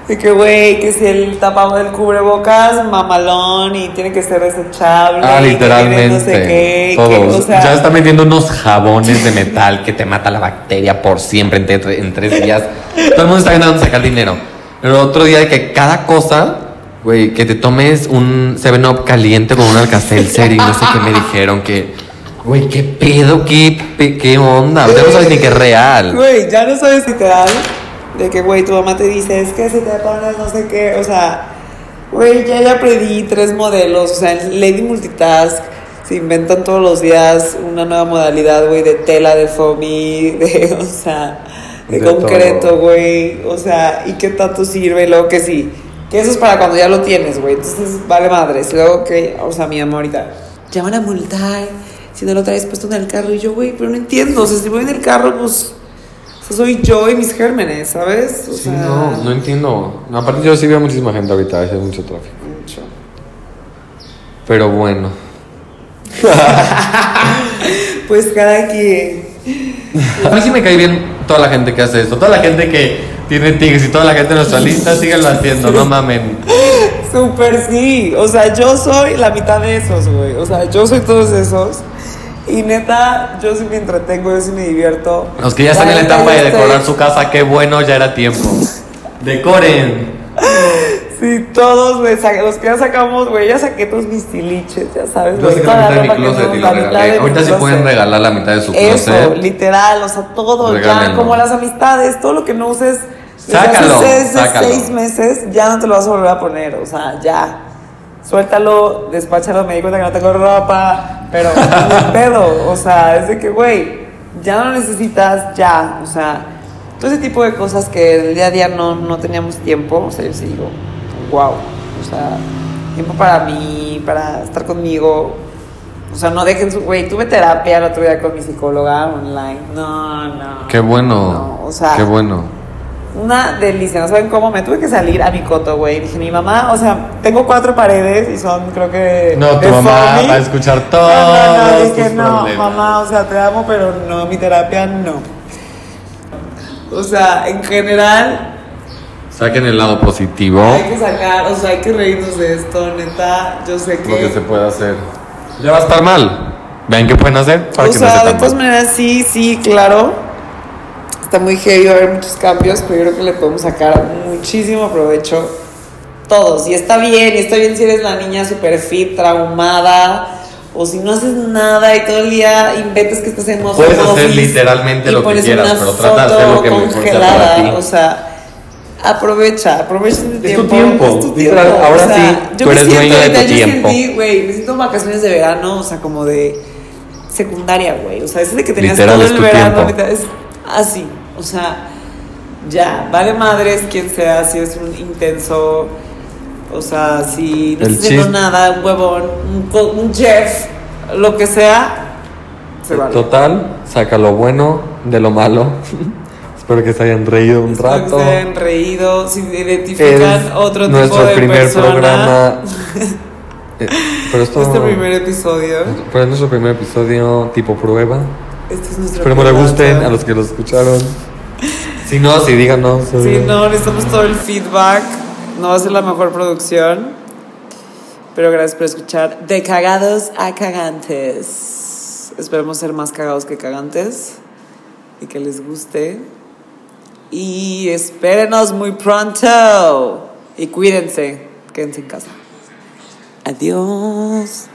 B: De que, güey, que si el tapado del cubrebocas, mamalón y tiene que ser desechable.
C: Ah,
B: y que tiene
C: literalmente.
B: No sé qué. y que,
C: todos.
B: o sea,
C: ya está metiendo unos jabones de metal que te mata la bacteria por siempre en, te- en tres días. Todo el mundo está ganando sacar dinero. El otro día de que cada cosa, güey, que te tomes un 7-Up caliente con un Alka-Seltzer y no sé qué me dijeron que, güey, qué pedo, qué, pe- qué onda. Ya no sabes ni qué es real.
B: Güey, ya no sabes literal de que, güey, tu mamá te dice, es que si te pones no sé qué, o sea, güey, ya ya aprendí tres modelos, o sea, en Lady Multitask se inventan todos los días una nueva modalidad, güey, de tela, de foamy, de, o sea, de,
C: De todo.
B: concreto, güey, o sea, y qué tanto sirve, y luego que sí, que eso es para cuando ya lo tienes, güey, entonces vale madres, luego que, o sea, mi mamá ahorita ya van a multar si no lo traes puesto en el carro. Y yo, güey, pero no entiendo. O sea, si voy en el carro, pues. o sea, soy yo y mis gérmenes, ¿sabes? O
C: Sí,
B: sea,
C: no, no entiendo. No, aparte yo sí veo muchísima gente ahorita, hay mucho tráfico.
B: mucho.
C: Pero bueno.
B: Pues cada quien.
C: A mí sí me cae bien toda la gente que hace esto, toda la gente que tiene tics y toda la gente de nuestra lista, síganlo haciendo, no mamen.
B: Súper sí. O sea, yo soy la mitad de esos, güey. O sea, yo soy todos esos. Y neta, yo sí me entretengo, yo sí me divierto.
C: Los que ya están en la
B: neta, este,
C: etapa de
B: yo estoy-
C: decorar su casa, qué bueno, ya era tiempo. Decoren.
B: Sí, todos, güey, sa- los que ya sacamos, güey, ya saqué todos mis tiliches, ya sabes.
C: Yo
B: güey,
C: sé que
B: toda
C: la mitad de mi
B: ropa que
C: closet
B: tengo,
C: y
B: la
C: lo
B: mitad
C: regalé.
B: de mi
C: Ahorita sí
B: closet.
C: pueden regalar la mitad de su
B: Eso,
C: closet.
B: literal, o sea, todo,
C: Regálenlo.
B: ya, como las amistades, todo lo que no uses desde
C: Sácalo,
B: hace seis,
C: sácalo.
B: seis meses, ya no te lo vas a volver a poner, o sea, ya. Suéltalo, despáchalo, me di cuenta que no tengo ropa, pero ni pedo, o sea, es de que, güey, ya no necesitas, ya, o sea, todo ese tipo de cosas que en el día a día no, no teníamos tiempo, o sea, yo sí digo, wow, o sea, tiempo para mí, para estar conmigo, o sea, no dejen su. Güey, tuve terapia el otro día con mi psicóloga online. No, no.
C: Qué bueno.
B: No, o sea,
C: qué bueno.
B: Una delicia, no saben cómo me tuve que salir a mi coto, güey. Dije, mi mamá, o sea, tengo cuatro paredes y son, creo que.
C: No, tu
B: de
C: mamá
B: foamy.
C: va a escuchar todo.
B: No, no, no, dije, no, mamá, o sea, te amo, pero no, mi terapia no. O sea, en general,
C: Saquen el lado positivo.
B: hay que sacar, o sea, hay que reírnos de esto, neta. Yo sé
C: Lo que se
B: que.
C: puede hacer. Ya va a estar mal. Vean qué pueden hacer para
B: O
C: que no
B: sea,
C: sea
B: de
C: tan
B: todas
C: mal.
B: maneras, sí, sí, claro. Está muy heavy, va a haber muchos cambios, pero yo creo que le podemos sacar muchísimo provecho todos. Y está bien, y está bien si eres la niña super fit, traumada. O si no haces nada y todo el día inventas que estás en modo
C: Puedes hacer
B: office
C: literalmente
B: y
C: lo que
B: pones
C: quieras,
B: una
C: pero trata de
B: foto
C: hacer lo que mejor sea para
B: congelada,
C: ti.
B: O sea, aprovecha, aprovecha este
C: Es tu
B: tiempo.
C: tiempo, literal, ahora sí, tú
B: me
C: eres
B: siento
C: dueña de
B: ahorita,
C: tu
B: yo
C: tiempo.
B: sentí, güey, me siento en vacaciones de verano, o sea, como de secundaria, güey. O sea, es de que tenías
C: Literal,
B: todo
C: es
B: el
C: tu
B: verano.
C: tiempo.
B: ahorita Es así, o sea, ya, vale madres quien sea, si es un intenso, o sea, si no
C: El
B: estás haciendo
C: chis-
B: nada, un huevón, un, co- un Jeff, lo que sea,
C: Eh,
B: se vale.
C: Total, saca lo bueno de lo malo. Espero que se hayan reído un
B: Espero que
C: rato.
B: se hayan reído, si identifican
C: Es
B: otro tipo
C: nuestro
B: de
C: primer
B: persona.
C: programa. Eh, Pero esto,
B: Este primer episodio.
C: pero es nuestro primer episodio tipo prueba.
B: Este es nuestro
C: Esperemos le
B: primer
C: gusten
B: lanza.
C: a los que lo escucharon. Si no, si díganos.
B: Sí, no, necesitamos todo el feedback. No va a ser la mejor producción. Pero gracias por escuchar. De cagados a cagantes. Esperemos ser más cagados que cagantes. Y que les guste. Y espérenos muy pronto. Y cuídense. Quédense en casa. Adiós.